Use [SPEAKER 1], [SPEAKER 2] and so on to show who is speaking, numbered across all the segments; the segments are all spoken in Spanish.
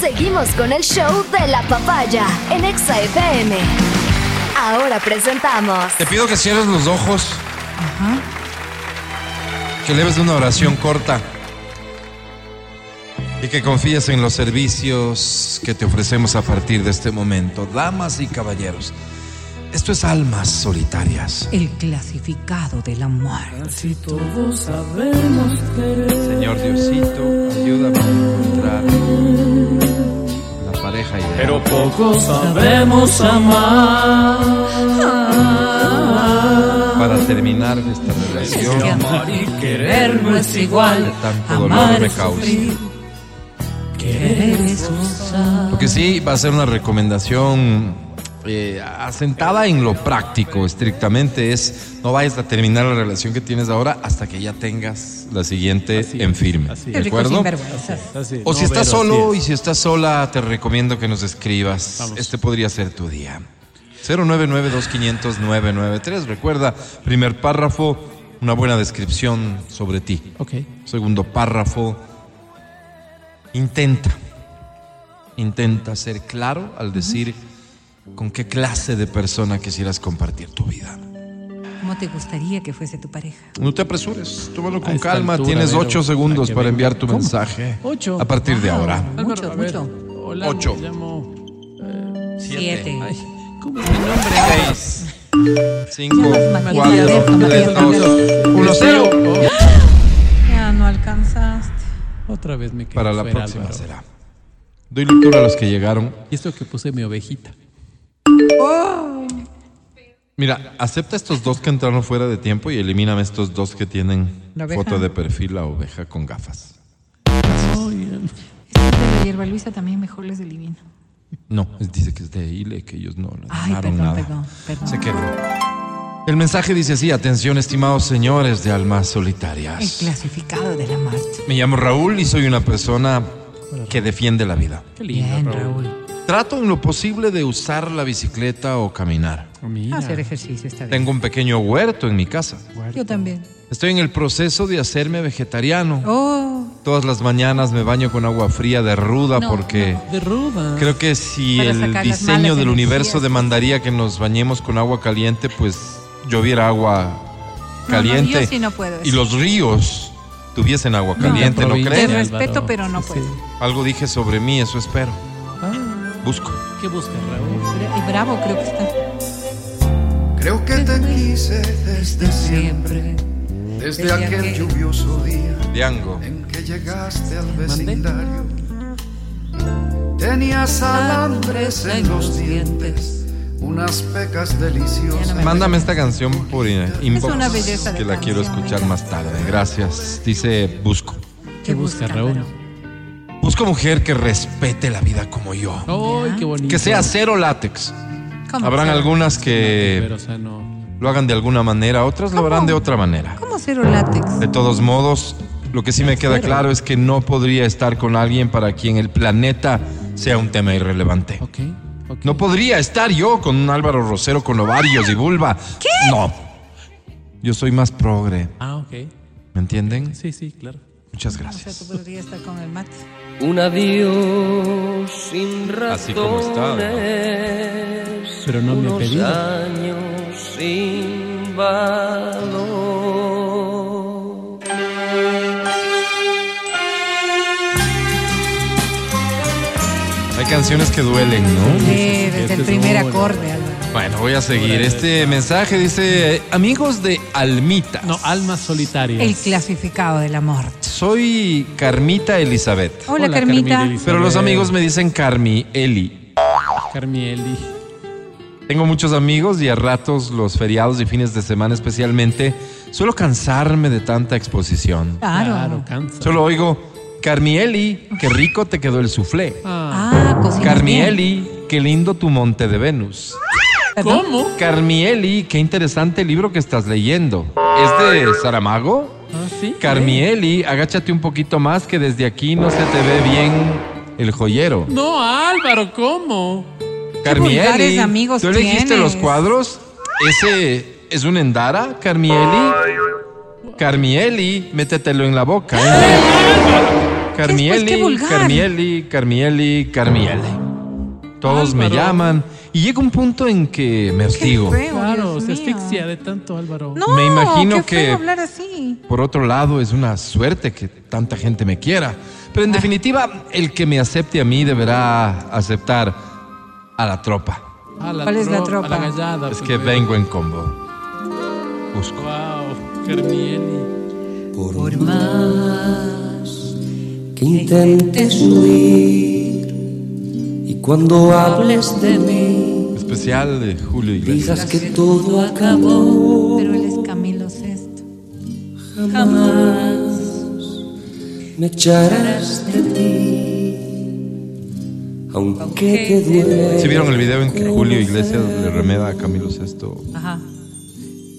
[SPEAKER 1] Seguimos con el show de la papaya en Exa FM. Ahora presentamos.
[SPEAKER 2] Te pido que cierres los ojos. Que leves una oración corta. Y que confíes en los servicios que te ofrecemos a partir de este momento. Damas y caballeros, esto es almas solitarias.
[SPEAKER 3] El clasificado de la muerte.
[SPEAKER 4] Si todos sabemos querer,
[SPEAKER 2] Señor Diosito, ayúdame a encontrar la pareja ideal.
[SPEAKER 5] Pero
[SPEAKER 4] poco sabemos amar.
[SPEAKER 2] para terminar esta relación.
[SPEAKER 3] que amar
[SPEAKER 4] Amar y querer no es igual.
[SPEAKER 2] Tanto dolor
[SPEAKER 4] Amar
[SPEAKER 2] me
[SPEAKER 4] es
[SPEAKER 2] causa.
[SPEAKER 4] sufrir. Querer es usar.
[SPEAKER 2] Porque sí, va a ser una recomendación eh, asentada en lo práctico, estrictamente es no vayas a terminar la relación que tienes ahora hasta que ya tengas la siguiente en firme.
[SPEAKER 5] así
[SPEAKER 2] ¿De
[SPEAKER 3] Qué rico
[SPEAKER 2] acuerdo?
[SPEAKER 3] sinvergüenzas.
[SPEAKER 5] Así,
[SPEAKER 2] O
[SPEAKER 5] Ah, no,
[SPEAKER 2] si estás
[SPEAKER 5] Vero,
[SPEAKER 2] solo
[SPEAKER 5] así
[SPEAKER 2] y
[SPEAKER 5] es.
[SPEAKER 2] si estás sola, te recomiendo que nos escribas.
[SPEAKER 5] Vamos.
[SPEAKER 2] Este podría ser tu día. 099-2500-993. Recuerda, primer párrafo, una buena descripción sobre ti.
[SPEAKER 5] Ok.
[SPEAKER 2] Segundo párrafo, intenta, intenta ser claro al decir con qué clase de persona quisieras compartir tu vida.
[SPEAKER 3] ¿Cómo te gustaría que fuese tu pareja?
[SPEAKER 2] No te apresures, tómalo
[SPEAKER 5] A
[SPEAKER 2] con
[SPEAKER 5] esta
[SPEAKER 2] calma,
[SPEAKER 5] altura,
[SPEAKER 2] tienes
[SPEAKER 5] Vero,
[SPEAKER 2] ocho segundos
[SPEAKER 5] para que
[SPEAKER 2] para
[SPEAKER 5] venga.
[SPEAKER 2] enviar tu
[SPEAKER 5] ¿Cómo?
[SPEAKER 2] mensaje
[SPEAKER 5] Ocho. Ah.
[SPEAKER 2] a partir de ahora.
[SPEAKER 3] Mucho,
[SPEAKER 5] a ver,
[SPEAKER 3] mucho.
[SPEAKER 5] Hola,
[SPEAKER 2] Ocho.
[SPEAKER 5] me llamo...
[SPEAKER 3] Siete.
[SPEAKER 5] ¿Cómo es mi nombre?
[SPEAKER 2] Seis, cinco,
[SPEAKER 3] Matías,
[SPEAKER 2] cuatro,
[SPEAKER 3] Matías,
[SPEAKER 2] tres, dos, uno, cero.
[SPEAKER 3] Ya no alcanzaste.
[SPEAKER 5] Otra vez me quedé
[SPEAKER 2] Para la
[SPEAKER 5] fuera,
[SPEAKER 2] próxima
[SPEAKER 5] Álvaro.
[SPEAKER 2] será. Doy lectura a los que llegaron.
[SPEAKER 5] Y esto que puse mi ovejita.
[SPEAKER 2] Mira, acepta estos dos que entraron fuera de tiempo y elimíname estos dos que tienen
[SPEAKER 3] La oveja.
[SPEAKER 2] foto de perfil, la oveja con gafas.
[SPEAKER 3] Este de la hierba Luisa también mejor les elimina.
[SPEAKER 2] No, es- dice que es de Ile, que ellos no lo
[SPEAKER 3] Ay,
[SPEAKER 2] donaron
[SPEAKER 3] perdón,
[SPEAKER 2] nada.
[SPEAKER 3] perdón, perdón.
[SPEAKER 2] Se quedó. El mensaje dice así, atención estimados señores de almas
[SPEAKER 3] El
[SPEAKER 2] solitarias.
[SPEAKER 3] clasificado de la muerte.
[SPEAKER 2] Me llamo Raúl y soy una persona que defiende la vida.
[SPEAKER 5] Qué lindo,
[SPEAKER 3] Bien,
[SPEAKER 5] Raúl.
[SPEAKER 3] Raúl.
[SPEAKER 2] Trato en lo posible de usar la bicicleta o caminar.
[SPEAKER 5] Oh, Mira.
[SPEAKER 3] Hacer ejercicio esta vez.
[SPEAKER 2] Tengo un pequeño huerto en mi casa.
[SPEAKER 3] Yo también.
[SPEAKER 2] Estoy en el proceso de hacerme vegetariano.
[SPEAKER 3] Oh,
[SPEAKER 2] Todas las mañanas me baño con agua fría de ruda
[SPEAKER 3] No,
[SPEAKER 2] porque
[SPEAKER 5] De ruda.
[SPEAKER 2] creo que si
[SPEAKER 3] Para
[SPEAKER 2] el
[SPEAKER 3] sacar las
[SPEAKER 2] diseño
[SPEAKER 3] malas
[SPEAKER 2] del
[SPEAKER 3] energías.
[SPEAKER 2] universo demandaría que nos bañemos con agua caliente, pues lloviera agua
[SPEAKER 3] no,
[SPEAKER 2] caliente
[SPEAKER 3] yo sí no puedo
[SPEAKER 2] y
[SPEAKER 3] eso.
[SPEAKER 2] los ríos tuviesen agua
[SPEAKER 3] No,
[SPEAKER 2] caliente, ¿no,
[SPEAKER 5] Provincia,
[SPEAKER 3] Te
[SPEAKER 2] crees?
[SPEAKER 5] Álvaro.
[SPEAKER 3] respeto, pero no
[SPEAKER 5] Sí,
[SPEAKER 3] puedo.
[SPEAKER 5] sí.
[SPEAKER 2] Algo dije sobre mí, eso espero.
[SPEAKER 5] Ah,
[SPEAKER 2] Busco.
[SPEAKER 5] ¿Qué buscas, Raúl?
[SPEAKER 3] Y bravo creo que está.
[SPEAKER 6] Creo que te quise desde siempre, desde aquel lluvioso día
[SPEAKER 2] Diango.
[SPEAKER 6] en que llegaste al vecindario. Tenías alambres en los dientes, unas pecas deliciosas.
[SPEAKER 2] Mándame esta canción por eh, inbox
[SPEAKER 3] una belleza de
[SPEAKER 2] que la
[SPEAKER 3] canción,
[SPEAKER 2] quiero
[SPEAKER 3] me
[SPEAKER 2] escuchar
[SPEAKER 3] encanta.
[SPEAKER 2] más tarde. Gracias. Dice Busco.
[SPEAKER 5] ¿Qué buscas, Raúl?
[SPEAKER 2] Busco mujer que respete la vida como yo.
[SPEAKER 5] ¡Ay, qué bonito!
[SPEAKER 2] Que sea cero látex.
[SPEAKER 3] ¿Cómo
[SPEAKER 2] Habrán
[SPEAKER 3] cero?
[SPEAKER 2] algunas que
[SPEAKER 5] Pero, o sea, no.
[SPEAKER 2] lo hagan de alguna manera, otras lo
[SPEAKER 3] ¿Cómo?
[SPEAKER 2] harán de otra manera.
[SPEAKER 3] ¿Cómo cero látex?
[SPEAKER 2] De todos modos, lo que sí me queda claro es que no podría estar con alguien para quien el planeta sea un tema irrelevante.
[SPEAKER 5] Ok, ok.
[SPEAKER 2] No podría estar yo con un Álvaro Rosero con ovarios y vulva. ¿Qué? No. Yo soy más progre,
[SPEAKER 5] Ah, ok.
[SPEAKER 2] ¿me entienden?
[SPEAKER 5] Sí, sí, claro.
[SPEAKER 2] Muchas
[SPEAKER 3] O sea, tú
[SPEAKER 2] gracias.
[SPEAKER 3] podrías estar con el mate.
[SPEAKER 7] Un adiós sin
[SPEAKER 2] Así como está,
[SPEAKER 7] razones.
[SPEAKER 5] Pero no me ha
[SPEAKER 7] unos
[SPEAKER 5] pedido.
[SPEAKER 7] años sin valor.
[SPEAKER 2] Hay canciones que duelen, ¿no?
[SPEAKER 3] Sí, este desde el
[SPEAKER 5] es
[SPEAKER 3] primer
[SPEAKER 5] muy
[SPEAKER 3] acorde. Álvaro.
[SPEAKER 2] Bueno, voy a seguir. Este mensaje dice, amigos de Almita.
[SPEAKER 5] No, almas solitarias.
[SPEAKER 3] El clasificado de la muerte.
[SPEAKER 2] Soy Carmita Elizabeth.
[SPEAKER 3] Hola,
[SPEAKER 5] Hola,
[SPEAKER 3] Carmita.
[SPEAKER 5] Carmita.
[SPEAKER 2] Pero los amigos me dicen Carmi, Eli.
[SPEAKER 5] Carmieli.
[SPEAKER 2] Tengo muchos amigos y a ratos los feriados y fines de semana especialmente suelo cansarme de tanta exposición.
[SPEAKER 3] Claro.
[SPEAKER 5] Claro, cansa.
[SPEAKER 2] Solo oigo Carmieli, qué rico te quedó el suflé.
[SPEAKER 5] Ah,
[SPEAKER 3] Ah, cocina.
[SPEAKER 2] Carmieli, qué lindo tu monte de Venus.
[SPEAKER 5] ¿Cómo?
[SPEAKER 2] Carmieli, qué interesante libro que estás leyendo. ¿Es de Saramago?
[SPEAKER 5] Ah, sí.
[SPEAKER 2] Carmieli, agáchate un poquito más que desde aquí no se te ve bien el joyero.
[SPEAKER 5] No, Álvaro, ¿cómo?
[SPEAKER 2] Carmieli,
[SPEAKER 3] vulgares amigos
[SPEAKER 2] ¿tú elegiste
[SPEAKER 3] tienes?
[SPEAKER 2] los cuadros? ¿Ese es un endara, Carmieli? Carmieli, métetelo en la boca. ¿eh?
[SPEAKER 3] qué es? Pues,
[SPEAKER 2] Carmieli,
[SPEAKER 3] qué vulgar.
[SPEAKER 2] Carmieli, Carmieli, Carmieli. Todos me
[SPEAKER 5] Álvaro.
[SPEAKER 2] llaman y llega un punto en que me
[SPEAKER 3] Qué
[SPEAKER 2] hostigo.
[SPEAKER 3] feo,
[SPEAKER 5] Claro,
[SPEAKER 3] Dios
[SPEAKER 5] se
[SPEAKER 3] mío.
[SPEAKER 5] asfixia de tanto, Álvaro.
[SPEAKER 3] No,
[SPEAKER 2] Me imagino
[SPEAKER 3] qué feo
[SPEAKER 2] que-
[SPEAKER 3] hablar así.
[SPEAKER 2] Por otro lado, es una suerte que tanta gente me quiera. Pero en definitiva, el que me acepte a mí deberá aceptar a la tropa.
[SPEAKER 5] A
[SPEAKER 3] ¿Cuál es la tropa?
[SPEAKER 5] A la gallada.
[SPEAKER 2] Es
[SPEAKER 5] pues,
[SPEAKER 2] que
[SPEAKER 5] güey.
[SPEAKER 2] vengo en combo. Busco.
[SPEAKER 5] Wow, Carmieli.
[SPEAKER 7] Por más que intentes huir y cuando hables de mí
[SPEAKER 2] Especial de Julio Iglesias.
[SPEAKER 7] digas que todo acabó,
[SPEAKER 3] Pero él es Camilo Sesto.
[SPEAKER 7] jamás me echarás de ti, aunque te duele.
[SPEAKER 2] ¿Sí vieron el video en que Julio Iglesias le remeda a Camilo VI?
[SPEAKER 3] Ajá.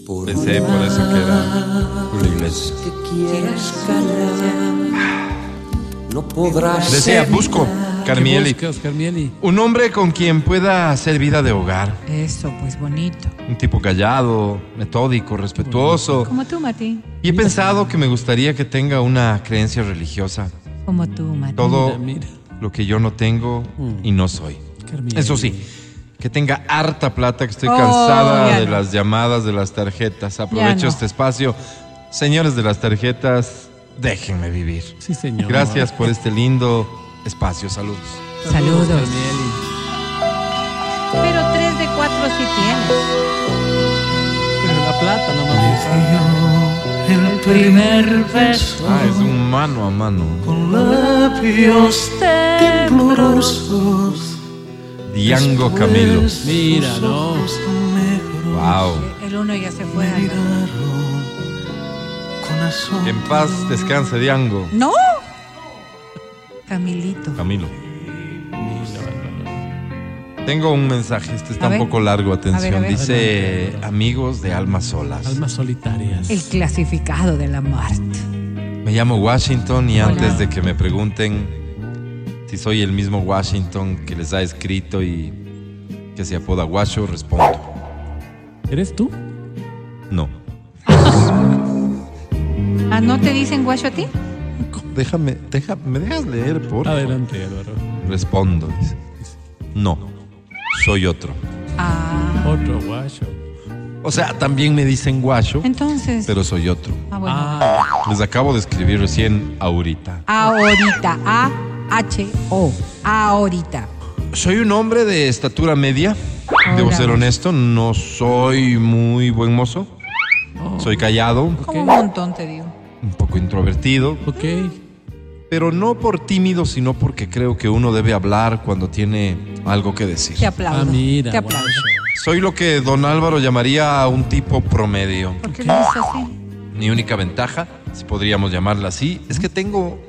[SPEAKER 7] Por
[SPEAKER 2] Pensé por eso que era Julio Iglesias.
[SPEAKER 7] que quieras calar, no podrás
[SPEAKER 2] Decía,
[SPEAKER 7] evitar
[SPEAKER 2] busco Carmieli.
[SPEAKER 5] ¿Qué buscas, Carmieli?
[SPEAKER 2] Un hombre con quien pueda hacer vida de hogar.
[SPEAKER 3] Eso, pues bonito.
[SPEAKER 2] Un tipo callado, metódico, respetuoso.
[SPEAKER 3] Como tú, Mati.
[SPEAKER 2] Y he pensado que me gustaría que tenga una creencia religiosa.
[SPEAKER 3] Como tú, Mati.
[SPEAKER 2] Todo
[SPEAKER 5] Mira, mira.
[SPEAKER 2] lo que yo no tengo y no soy.
[SPEAKER 5] Carmiel.
[SPEAKER 2] Eso sí, que tenga harta plata, que estoy
[SPEAKER 3] Oh,
[SPEAKER 2] cansada
[SPEAKER 3] ya
[SPEAKER 2] de
[SPEAKER 3] no.
[SPEAKER 2] las llamadas, de las tarjetas. Aprovecho
[SPEAKER 3] no.
[SPEAKER 2] este espacio. Señores de las tarjetas, déjenme vivir.
[SPEAKER 5] Sí, señor.
[SPEAKER 2] Gracias por este lindo espacio. Saludos.
[SPEAKER 3] Saludos.
[SPEAKER 5] Carmieli.
[SPEAKER 3] Pero tres de cuatro sí tienes.
[SPEAKER 5] Pero la plata nomás.
[SPEAKER 4] El primer beso
[SPEAKER 2] Ah, es un mano a mano.
[SPEAKER 4] con labios temblorosos.
[SPEAKER 2] Diango Camilo.
[SPEAKER 5] Mira, no.
[SPEAKER 2] Wow.
[SPEAKER 3] El uno ya se fue. Álvaro.
[SPEAKER 2] Que en paz descanse Diango.
[SPEAKER 3] ¡No! Camilito.
[SPEAKER 2] Camilo. Tengo un mensaje, este está
[SPEAKER 3] A
[SPEAKER 2] un
[SPEAKER 3] ver.
[SPEAKER 2] poco largo, atención.
[SPEAKER 3] A ver, a ver.
[SPEAKER 2] Dice, amigos de almas solas.
[SPEAKER 5] Almas solitarias.
[SPEAKER 3] El clasificado de la muerte.
[SPEAKER 2] Me llamo Washington y antes de que me pregunten si soy el mismo Washington que les ha escrito y que se apoda Washo, respondo,
[SPEAKER 5] ¿Eres tú?
[SPEAKER 2] no.
[SPEAKER 3] ¿Ah, no te dicen guacho a ti?
[SPEAKER 2] Déjame, déjame, ¿me dejas leer, por favor?
[SPEAKER 5] Adelante, Álvaro.
[SPEAKER 2] Respondo, dice. No, soy otro.
[SPEAKER 3] Ah,
[SPEAKER 5] Otro guacho.
[SPEAKER 2] O sea, también me dicen Washo,
[SPEAKER 3] entonces.
[SPEAKER 2] pero soy otro.
[SPEAKER 3] ah, bueno.
[SPEAKER 5] Ah,
[SPEAKER 2] Les acabo de escribir recién ahorita.
[SPEAKER 3] Ahorita. A-H-O. Ahorita.
[SPEAKER 2] Soy un hombre de estatura media. Debo
[SPEAKER 3] Hola.
[SPEAKER 2] ser honesto, no soy muy buen mozo. Soy callado,
[SPEAKER 3] Como un montón, te digo.
[SPEAKER 2] un poco introvertido,
[SPEAKER 5] ok.
[SPEAKER 2] pero no por tímido, sino porque creo que uno debe hablar cuando tiene algo que decir.
[SPEAKER 3] Te aplaudo.
[SPEAKER 5] Ah, mira.
[SPEAKER 3] te aplaudo.
[SPEAKER 5] guacho.
[SPEAKER 2] Soy lo que don Álvaro llamaría un tipo promedio.
[SPEAKER 3] ¿Por qué lo dices así?
[SPEAKER 2] Mi única ventaja, si podríamos llamarla así, es que tengo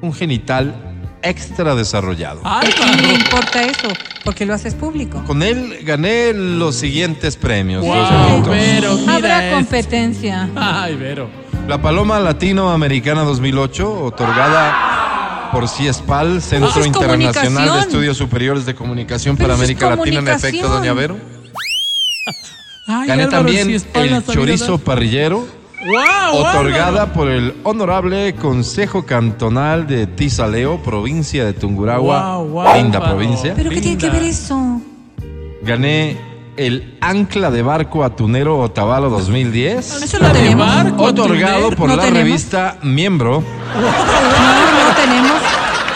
[SPEAKER 2] un genital extra desarrollado.
[SPEAKER 5] Ah,
[SPEAKER 3] ¿A quién le
[SPEAKER 5] Álvaro.
[SPEAKER 3] importa eso? Porque lo haces público.
[SPEAKER 2] Con él gané los siguientes premios.
[SPEAKER 5] Wow,
[SPEAKER 2] los eventos.
[SPEAKER 5] Vero, mira
[SPEAKER 3] Habrá
[SPEAKER 5] esto.
[SPEAKER 3] competencia.
[SPEAKER 5] Ay, Vero.
[SPEAKER 2] La Paloma Latinoamericana 2008, otorgada por CIESPAL, Centro
[SPEAKER 3] es
[SPEAKER 2] Internacional de
[SPEAKER 3] comunicación.
[SPEAKER 2] Estudios Superiores de Comunicación
[SPEAKER 3] Pero
[SPEAKER 2] para
[SPEAKER 3] eso es
[SPEAKER 2] América Latina, en efecto,
[SPEAKER 3] comunicación.
[SPEAKER 2] doña Vero.
[SPEAKER 5] Ay,
[SPEAKER 2] Gané
[SPEAKER 5] Álvaro,
[SPEAKER 2] también
[SPEAKER 5] si espalda
[SPEAKER 2] el
[SPEAKER 5] sabía
[SPEAKER 2] chorizo
[SPEAKER 5] dar-
[SPEAKER 2] parrillero,
[SPEAKER 3] Ah,
[SPEAKER 5] ¡Wow!
[SPEAKER 2] otorgada
[SPEAKER 5] Álvaro.
[SPEAKER 2] por el Honorable Consejo Cantonal de Tizaleo, provincia de Tungurahua,
[SPEAKER 5] Wow, wow,
[SPEAKER 2] linda
[SPEAKER 5] Álvaro.
[SPEAKER 2] provincia.
[SPEAKER 3] ¿Pero qué tiene que
[SPEAKER 5] Linda.
[SPEAKER 3] ver eso?
[SPEAKER 2] Gané el Ancla de Barco Atunero Otavalo 2010,
[SPEAKER 3] Eso lo tenemos.
[SPEAKER 5] barco,
[SPEAKER 2] otorgado por
[SPEAKER 3] ¿No
[SPEAKER 2] la
[SPEAKER 3] tenemos?
[SPEAKER 2] revista Miembro.
[SPEAKER 3] No, no tenemos.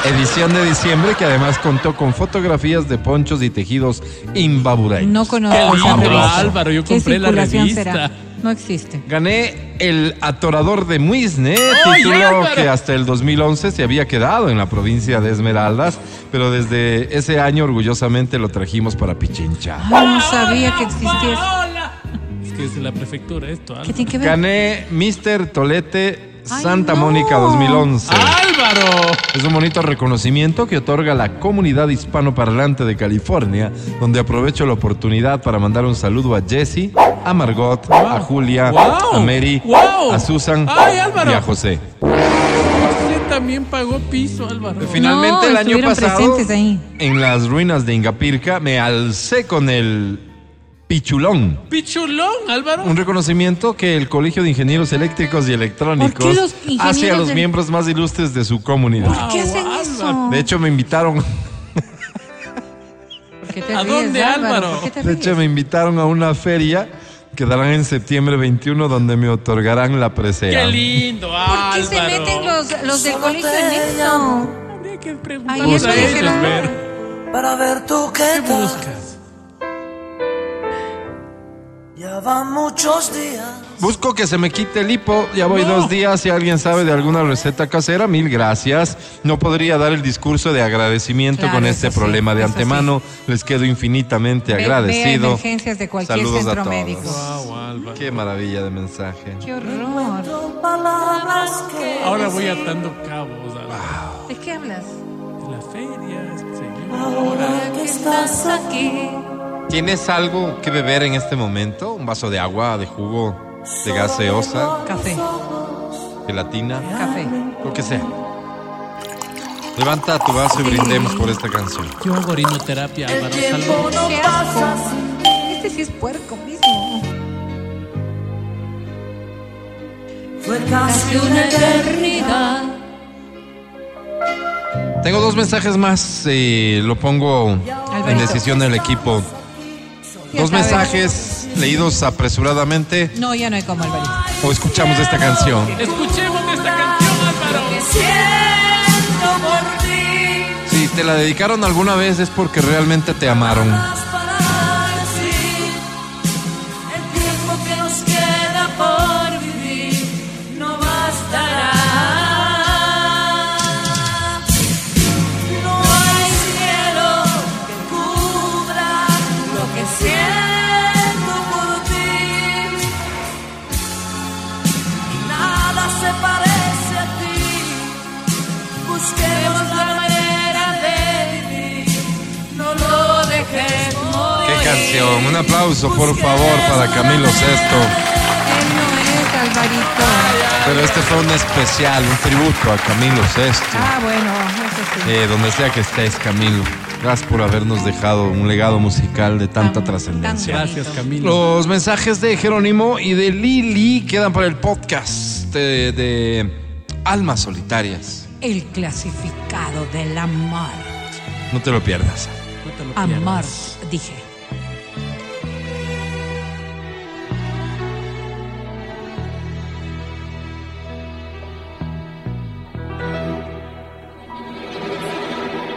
[SPEAKER 2] Edición de diciembre que además contó con fotografías de ponchos y tejidos imbabureños.
[SPEAKER 3] No
[SPEAKER 5] Qué
[SPEAKER 3] conozco. esa
[SPEAKER 5] lindo,
[SPEAKER 3] revista.
[SPEAKER 5] Álvaro. Yo
[SPEAKER 3] ¿Qué
[SPEAKER 5] compré la
[SPEAKER 3] circulación
[SPEAKER 5] revista.
[SPEAKER 3] será? No existe.
[SPEAKER 2] Gané el Atorador de Muisne,
[SPEAKER 5] ¡Ay,
[SPEAKER 2] título
[SPEAKER 5] Álvaro!
[SPEAKER 2] que hasta el 2011 se había quedado en la provincia de Esmeraldas, pero desde ese año orgullosamente lo trajimos para Pichincha.
[SPEAKER 3] Ay, no sabía que existía eso.
[SPEAKER 5] Hola. Es que es de la prefectura esto,
[SPEAKER 3] ¿Qué
[SPEAKER 5] Álvaro.
[SPEAKER 3] tiene que ver?
[SPEAKER 2] Gané Mister Tolete
[SPEAKER 3] Ay,
[SPEAKER 2] Santa
[SPEAKER 3] no. Ah,
[SPEAKER 2] Mónica 2011.
[SPEAKER 5] ¡Álvaro!
[SPEAKER 2] Es un bonito reconocimiento que otorga la comunidad hispanoparlante de California, donde aprovecho la oportunidad para mandar un saludo a Jesse, a Margot, a Julia,
[SPEAKER 5] Wow.
[SPEAKER 2] a Mary,
[SPEAKER 5] Wow.
[SPEAKER 2] a Susan
[SPEAKER 5] Ay, Álvaro.
[SPEAKER 2] y a José.
[SPEAKER 5] Usted también pagó piso, Álvaro.
[SPEAKER 2] Finalmente,
[SPEAKER 3] No,
[SPEAKER 2] el año
[SPEAKER 3] estuvieron
[SPEAKER 2] pasado,
[SPEAKER 3] presentes ahí.
[SPEAKER 2] en las ruinas de Ingapirca, me alcé con el Pichulón.
[SPEAKER 5] Pichulón, Álvaro.
[SPEAKER 2] Un reconocimiento que el Colegio de Ingenieros Eléctricos y
[SPEAKER 3] ¿Por qué los
[SPEAKER 2] Electrónicos
[SPEAKER 3] ingenieros
[SPEAKER 2] hace a los
[SPEAKER 3] del-
[SPEAKER 2] miembros más ilustres de su comunidad.
[SPEAKER 5] Wow,
[SPEAKER 3] ¿Qué hacen
[SPEAKER 5] Álvaro.
[SPEAKER 3] eso?
[SPEAKER 2] De hecho, me invitaron,
[SPEAKER 3] ¿Qué te
[SPEAKER 5] ¿A
[SPEAKER 3] ríes,
[SPEAKER 5] dónde, Álvaro?
[SPEAKER 3] ¿Por qué te
[SPEAKER 2] de hecho,
[SPEAKER 3] ríes?
[SPEAKER 2] me invitaron a una feria que darán en septiembre 21 donde me otorgarán la presea.
[SPEAKER 5] Qué lindo,
[SPEAKER 3] ¿Por
[SPEAKER 5] Álvaro.
[SPEAKER 3] qué se meten los, los del colegio en esto?
[SPEAKER 5] Habría que
[SPEAKER 3] Ayer
[SPEAKER 5] preguntarles
[SPEAKER 3] lo
[SPEAKER 5] a ellos,
[SPEAKER 3] dijeron.
[SPEAKER 5] ver.
[SPEAKER 4] Para ver tu
[SPEAKER 5] ¿Qué
[SPEAKER 4] cara.
[SPEAKER 5] buscas?
[SPEAKER 4] Ya van muchos días.
[SPEAKER 2] Busco que se me quite el hipo. Ya voy dos días. Si alguien sabe de alguna receta casera, mil gracias. No podría dar el discurso de agradecimiento
[SPEAKER 3] Claro,
[SPEAKER 2] con
[SPEAKER 3] eso
[SPEAKER 2] este
[SPEAKER 3] sí,
[SPEAKER 2] problema de
[SPEAKER 3] eso
[SPEAKER 2] antemano. Les quedo infinitamente
[SPEAKER 3] Ve- ve a
[SPEAKER 2] agradecido.
[SPEAKER 3] emergencias de cualquier
[SPEAKER 2] Saludos
[SPEAKER 3] centro
[SPEAKER 2] a todos.
[SPEAKER 3] médico.
[SPEAKER 5] Wow, Álvaro.
[SPEAKER 2] Qué maravilla de mensaje.
[SPEAKER 3] Qué horror.
[SPEAKER 5] Ahora voy atando cabos, Álvaro.
[SPEAKER 3] ¿De qué hablas?
[SPEAKER 5] De la feria, señor.
[SPEAKER 3] estás aquí.
[SPEAKER 2] ¿Tienes algo que beber en este momento? ¿Un vaso de agua, de jugo, de gaseosa,
[SPEAKER 3] Café,
[SPEAKER 2] gelatina?
[SPEAKER 3] café.
[SPEAKER 2] Lo que sea. Levanta tu vaso y brindemos por esta canción.
[SPEAKER 5] Yo hago orinoterapia, Álvaro. Saludos.
[SPEAKER 3] Qué asco. Este sí es puerco mismo. Fue casi una eternidad.
[SPEAKER 2] Tengo dos mensajes más. eh, lo pongo en decisión del equipo.
[SPEAKER 3] Ya
[SPEAKER 2] Dos
[SPEAKER 3] sabes.
[SPEAKER 2] mensajes leídos apresuradamente
[SPEAKER 3] No, ya no hay como Alvarito.
[SPEAKER 2] o escuchamos esta canción.
[SPEAKER 5] Escuchemos esta canción, Álvaro.
[SPEAKER 2] Si te la dedicaron alguna vez es porque realmente te amaron. Qué canción. Un aplauso, por favor, para Camilo Sesto.
[SPEAKER 3] Él no es Alvarito.
[SPEAKER 2] Pero este fue un especial, un tributo a Camilo Sesto.
[SPEAKER 3] Ah, bueno, eso sí.
[SPEAKER 2] Eh, donde sea que estés, Camilo. Gracias por habernos dejado un legado musical de tanta
[SPEAKER 3] Tan-
[SPEAKER 2] trascendencia.
[SPEAKER 3] tan
[SPEAKER 5] Gracias, Camilo.
[SPEAKER 2] Los mensajes de Jerónimo y de Lili quedan para el podcast de, de Almas Solitarias.
[SPEAKER 3] El clasificado del amor.
[SPEAKER 2] No te lo pierdas.
[SPEAKER 3] Amor, dije.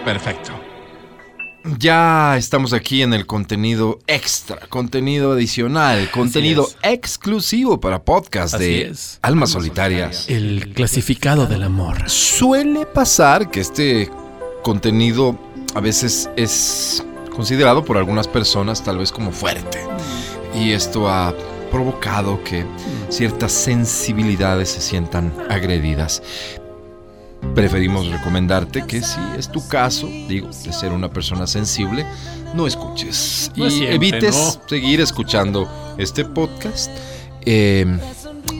[SPEAKER 2] Perfecto. Ya estamos aquí en el contenido extra, contenido adicional, contenido exclusivo para podcast
[SPEAKER 5] Así
[SPEAKER 2] de
[SPEAKER 5] es.
[SPEAKER 2] Almas Solitarias.
[SPEAKER 5] El clasificado del amor.
[SPEAKER 2] Suele pasar que este contenido a veces es considerado por algunas personas tal vez como fuerte. Y esto ha provocado que ciertas sensibilidades se sientan agredidas. Preferimos recomendarte que si es tu caso, digo, de ser una persona sensible, no escuches
[SPEAKER 5] No
[SPEAKER 2] y
[SPEAKER 5] siempre,
[SPEAKER 2] evites seguir escuchando este podcast. Eh,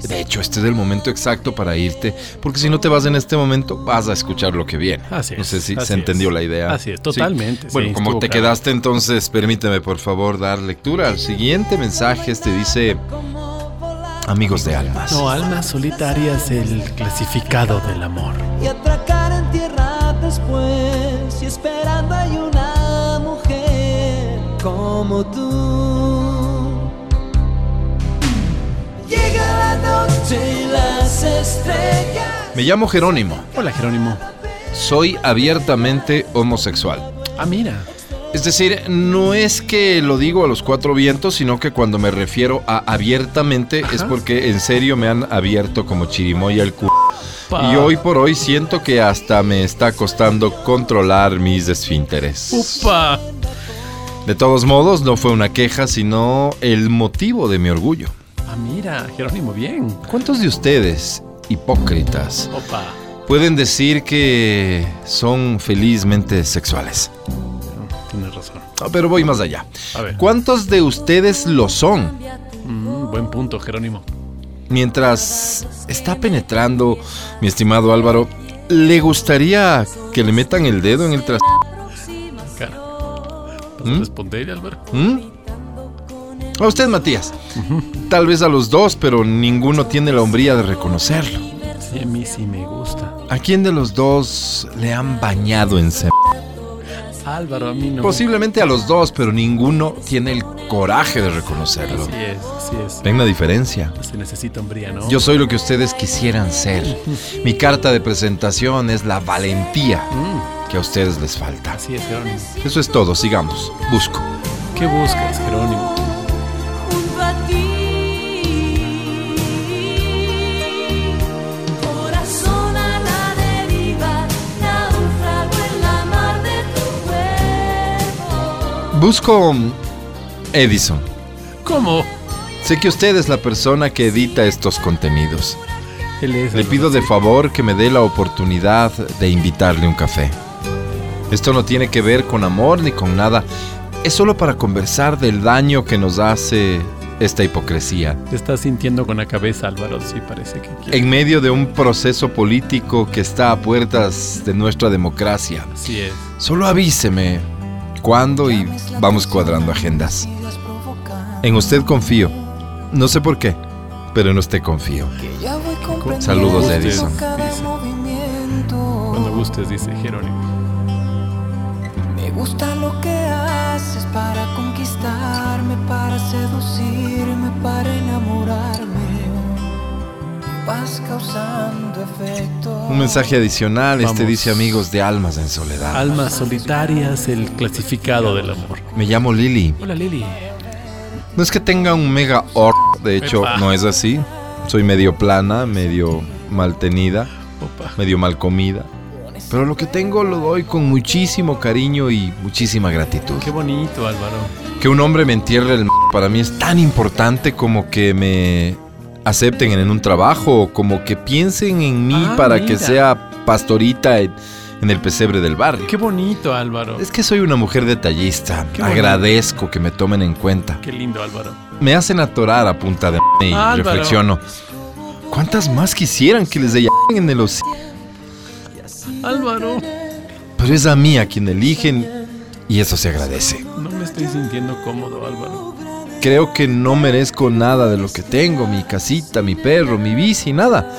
[SPEAKER 2] de hecho, este es el momento exacto para irte, porque si no te vas en este momento, vas a escuchar lo que viene.
[SPEAKER 5] Así es,
[SPEAKER 2] No sé si
[SPEAKER 5] así
[SPEAKER 2] se entendió
[SPEAKER 5] es.
[SPEAKER 2] la idea.
[SPEAKER 5] Así es,
[SPEAKER 2] Sí.
[SPEAKER 5] totalmente,
[SPEAKER 2] Bueno,
[SPEAKER 5] sí,
[SPEAKER 2] como
[SPEAKER 5] estuvo
[SPEAKER 2] te
[SPEAKER 5] claro.
[SPEAKER 2] quedaste entonces, permíteme por favor dar lectura al siguiente mensaje. Este dice, amigos de almas.
[SPEAKER 8] No, alma solitaria es el clasificado del amor.
[SPEAKER 9] y atracar en tierra después. Y esperando hay una mujer como tú. Llega la noche y las estrellas.
[SPEAKER 2] Me llamo Jerónimo,
[SPEAKER 8] Hola Jerónimo.
[SPEAKER 2] soy abiertamente homosexual.
[SPEAKER 8] Ah, mira.
[SPEAKER 2] Es decir, no es que lo digo a los cuatro vientos, sino que cuando me refiero a abiertamente es porque en serio me han abierto como chirimoya el culo. Y hoy por hoy siento que hasta me está costando controlar mis esfínteres.
[SPEAKER 5] Upa.
[SPEAKER 2] De todos modos, no fue una queja, sino el motivo de mi orgullo.
[SPEAKER 8] Ah, mira, Jerónimo, bien.
[SPEAKER 2] ¿Cuántos de ustedes, hipócritas,
[SPEAKER 5] Opa.
[SPEAKER 2] pueden decir que son felizmente sexuales?
[SPEAKER 8] Tienes razón.
[SPEAKER 2] Ah, Pero voy más allá.
[SPEAKER 8] A ver.
[SPEAKER 2] ¿Cuántos de ustedes lo son?
[SPEAKER 8] Mm, buen punto, Jerónimo.
[SPEAKER 2] Mientras está penetrando, mi estimado Álvaro, ¿le gustaría que le metan el dedo en el tras...
[SPEAKER 8] Cara. ¿Vas a
[SPEAKER 2] ¿Mm?
[SPEAKER 8] responder, Álvaro?
[SPEAKER 2] ¿Mm? A usted, Matías. Tal vez a los dos, pero ninguno tiene la hombría de reconocerlo.
[SPEAKER 5] Sí, a mí sí me gusta.
[SPEAKER 2] ¿A quién de los dos le han bañado en semen?
[SPEAKER 5] Álvaro, a mí no.
[SPEAKER 8] Pues
[SPEAKER 2] Posiblemente a los dos, pero ninguno tiene el coraje de reconocerlo.
[SPEAKER 5] Así es, así es. Pues
[SPEAKER 2] ¿Ven la diferencia?
[SPEAKER 5] Se necesita hombría, ¿no?
[SPEAKER 2] Yo soy lo que ustedes quisieran ser. Mi carta de presentación es la valentía
[SPEAKER 5] Mm,
[SPEAKER 2] que a ustedes les falta.
[SPEAKER 5] así es, Jerónimo.
[SPEAKER 2] Eso es todo, sigamos. Busco.
[SPEAKER 5] ¿Qué buscas, Jerónimo?
[SPEAKER 9] Junto a ti, corazón a la deriva, naufrago en la mar de tu cuerpo.
[SPEAKER 2] Busco mm, Edison.
[SPEAKER 5] ¿Cómo?
[SPEAKER 2] Sé que usted es la persona que edita estos contenidos.
[SPEAKER 5] Él es.
[SPEAKER 2] Le
[SPEAKER 5] Álvaro.
[SPEAKER 2] pido de favor que me dé la oportunidad de invitarle un café. Esto no tiene que ver con amor ni con nada. Es solo para conversar del daño que nos hace esta hipocresía.
[SPEAKER 5] Te estás sintiendo con la cabeza, Álvaro. Sí, parece que quiere.
[SPEAKER 2] En medio de un proceso político que está a puertas de nuestra democracia.
[SPEAKER 5] Así es.
[SPEAKER 2] Solo avíseme cuándo y vamos cuadrando agendas. En usted confío. No sé por qué, pero en usted confío. Saludos,
[SPEAKER 5] Usted,
[SPEAKER 2] Edison.
[SPEAKER 5] dice. Cuando gustes, dice Jerónimo.
[SPEAKER 10] Me gusta lo que haces para conquistarme, para seducirme, para enamorarme. Vas causando efecto.
[SPEAKER 2] Un mensaje adicional, este
[SPEAKER 5] Vamos.
[SPEAKER 2] dice amigos de Almas en Soledad.
[SPEAKER 5] Almas solitarias, el clasificado del amor.
[SPEAKER 2] Me llamo Lili.
[SPEAKER 5] Hola, Lili.
[SPEAKER 2] No es que tenga un mega or, de hecho
[SPEAKER 5] Epa.
[SPEAKER 2] no es así. Soy medio plana, medio mal tenida,
[SPEAKER 5] Opa.
[SPEAKER 2] medio mal comida. Pero lo que tengo lo doy con muchísimo cariño y muchísima gratitud.
[SPEAKER 5] Qué bonito, Álvaro.
[SPEAKER 2] Que un hombre me entierre el m- para mí es tan importante como que me acepten en un trabajo o como que piensen en mí
[SPEAKER 5] Ah,
[SPEAKER 2] para que
[SPEAKER 5] mira.
[SPEAKER 2] sea pastorita en, en el pesebre del barrio.
[SPEAKER 5] Qué bonito, Álvaro.
[SPEAKER 2] Es que soy una mujer detallista.
[SPEAKER 5] Qué bonito.
[SPEAKER 2] Agradezco que me tomen en cuenta.
[SPEAKER 5] Qué lindo, Álvaro.
[SPEAKER 2] Me hacen atorar a punta de m- y
[SPEAKER 5] Álvaro.
[SPEAKER 2] reflexiono. ¿Cuántas más quisieran que les de en el hocico?
[SPEAKER 5] Álvaro,
[SPEAKER 2] Pero es a mí a quien eligen y eso se agradece.
[SPEAKER 5] no me estoy sintiendo cómodo, Álvaro.
[SPEAKER 2] Creo que no merezco nada de lo que tengo, mi casita, mi perro, mi bici, nada.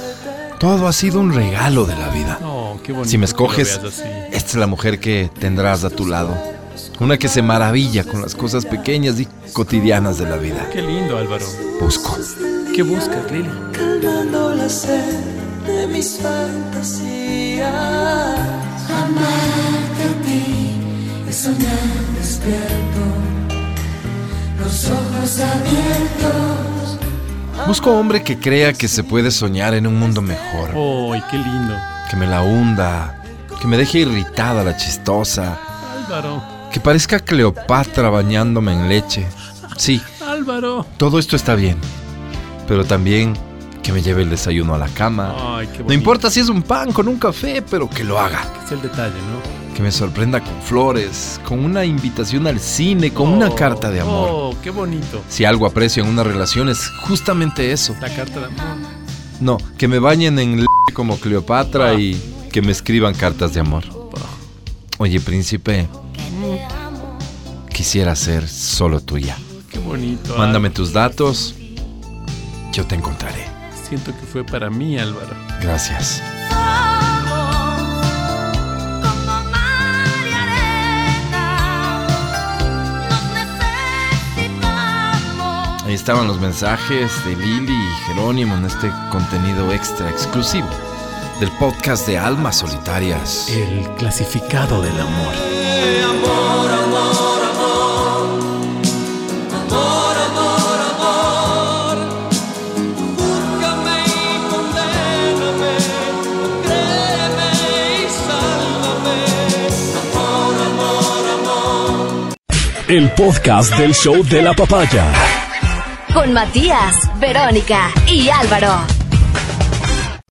[SPEAKER 2] Todo ha sido un regalo de la vida.
[SPEAKER 5] No, qué bonito.
[SPEAKER 2] Si me
[SPEAKER 5] que lo
[SPEAKER 2] escoges,
[SPEAKER 5] veas así.
[SPEAKER 2] esta es la mujer que tendrás a tu lado. Una que se maravilla con las cosas pequeñas y cotidianas de la vida.
[SPEAKER 5] Qué lindo, Álvaro.
[SPEAKER 2] Busco.
[SPEAKER 5] ¿Qué buscas, Lili?
[SPEAKER 10] Calmando la sed de mis fantasías.
[SPEAKER 9] Amarte a ti es soñar despierto, los ojos abiertos.
[SPEAKER 2] Busco hombre que crea que se puede soñar en un mundo mejor.
[SPEAKER 5] ¡Ay, qué lindo!
[SPEAKER 2] que me la hunda, que me deje irritada la chistosa,
[SPEAKER 5] Álvaro,
[SPEAKER 2] que parezca Cleopatra bañándome en leche. Sí,
[SPEAKER 5] Álvaro.
[SPEAKER 2] todo esto está bien, pero también que me lleve el desayuno a la cama.
[SPEAKER 5] Ay, Ah, qué bonito.
[SPEAKER 2] Ah. No importa si es un pan con un café, pero que lo haga.
[SPEAKER 5] Es el detalle, ¿no?
[SPEAKER 2] Que me sorprenda con flores, con una invitación al cine, con una
[SPEAKER 5] Oh,
[SPEAKER 2] carta de amor.
[SPEAKER 5] ¡Oh, qué bonito!
[SPEAKER 2] Si algo aprecio en una relación es justamente eso.
[SPEAKER 5] La carta de amor.
[SPEAKER 2] No, que me bañen en leche como Cleopatra y que me escriban cartas de amor. Oye, príncipe, quisiera ser solo tuya.
[SPEAKER 5] Qué bonito. Álvaro.
[SPEAKER 2] Mándame tus datos, yo te encontraré.
[SPEAKER 5] Siento que fue para mí, Álvaro.
[SPEAKER 2] Gracias.
[SPEAKER 9] Como mar y arena, nos necesitamos.
[SPEAKER 2] Ahí estaban los mensajes de Lili y Jerónimo en este contenido extra exclusivo del podcast de Almas Solitarias.
[SPEAKER 5] El clasificado del amor.
[SPEAKER 9] Búscame y condéname, créeme y sálvame.
[SPEAKER 7] El podcast del show de la papaya.
[SPEAKER 1] Con Matías, Verónica y Álvaro.